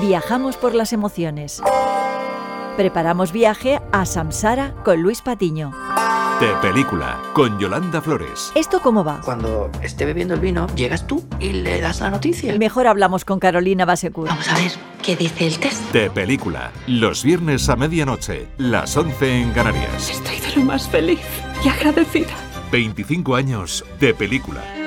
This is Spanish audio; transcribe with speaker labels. Speaker 1: Viajamos por las emociones. Preparamos viaje a Samsara con Luis Patiño.
Speaker 2: De película, con Yolanda Flores.
Speaker 1: ¿Esto cómo va?
Speaker 3: Cuando esté bebiendo el vino, llegas tú y le das la noticia.
Speaker 1: Mejor hablamos con Carolina Basecur.
Speaker 4: Vamos a ver qué dice el test.
Speaker 2: De película, los viernes a medianoche, las 11 en Canarias.
Speaker 5: Estoy de lo más feliz y agradecida.
Speaker 2: 25 años de película.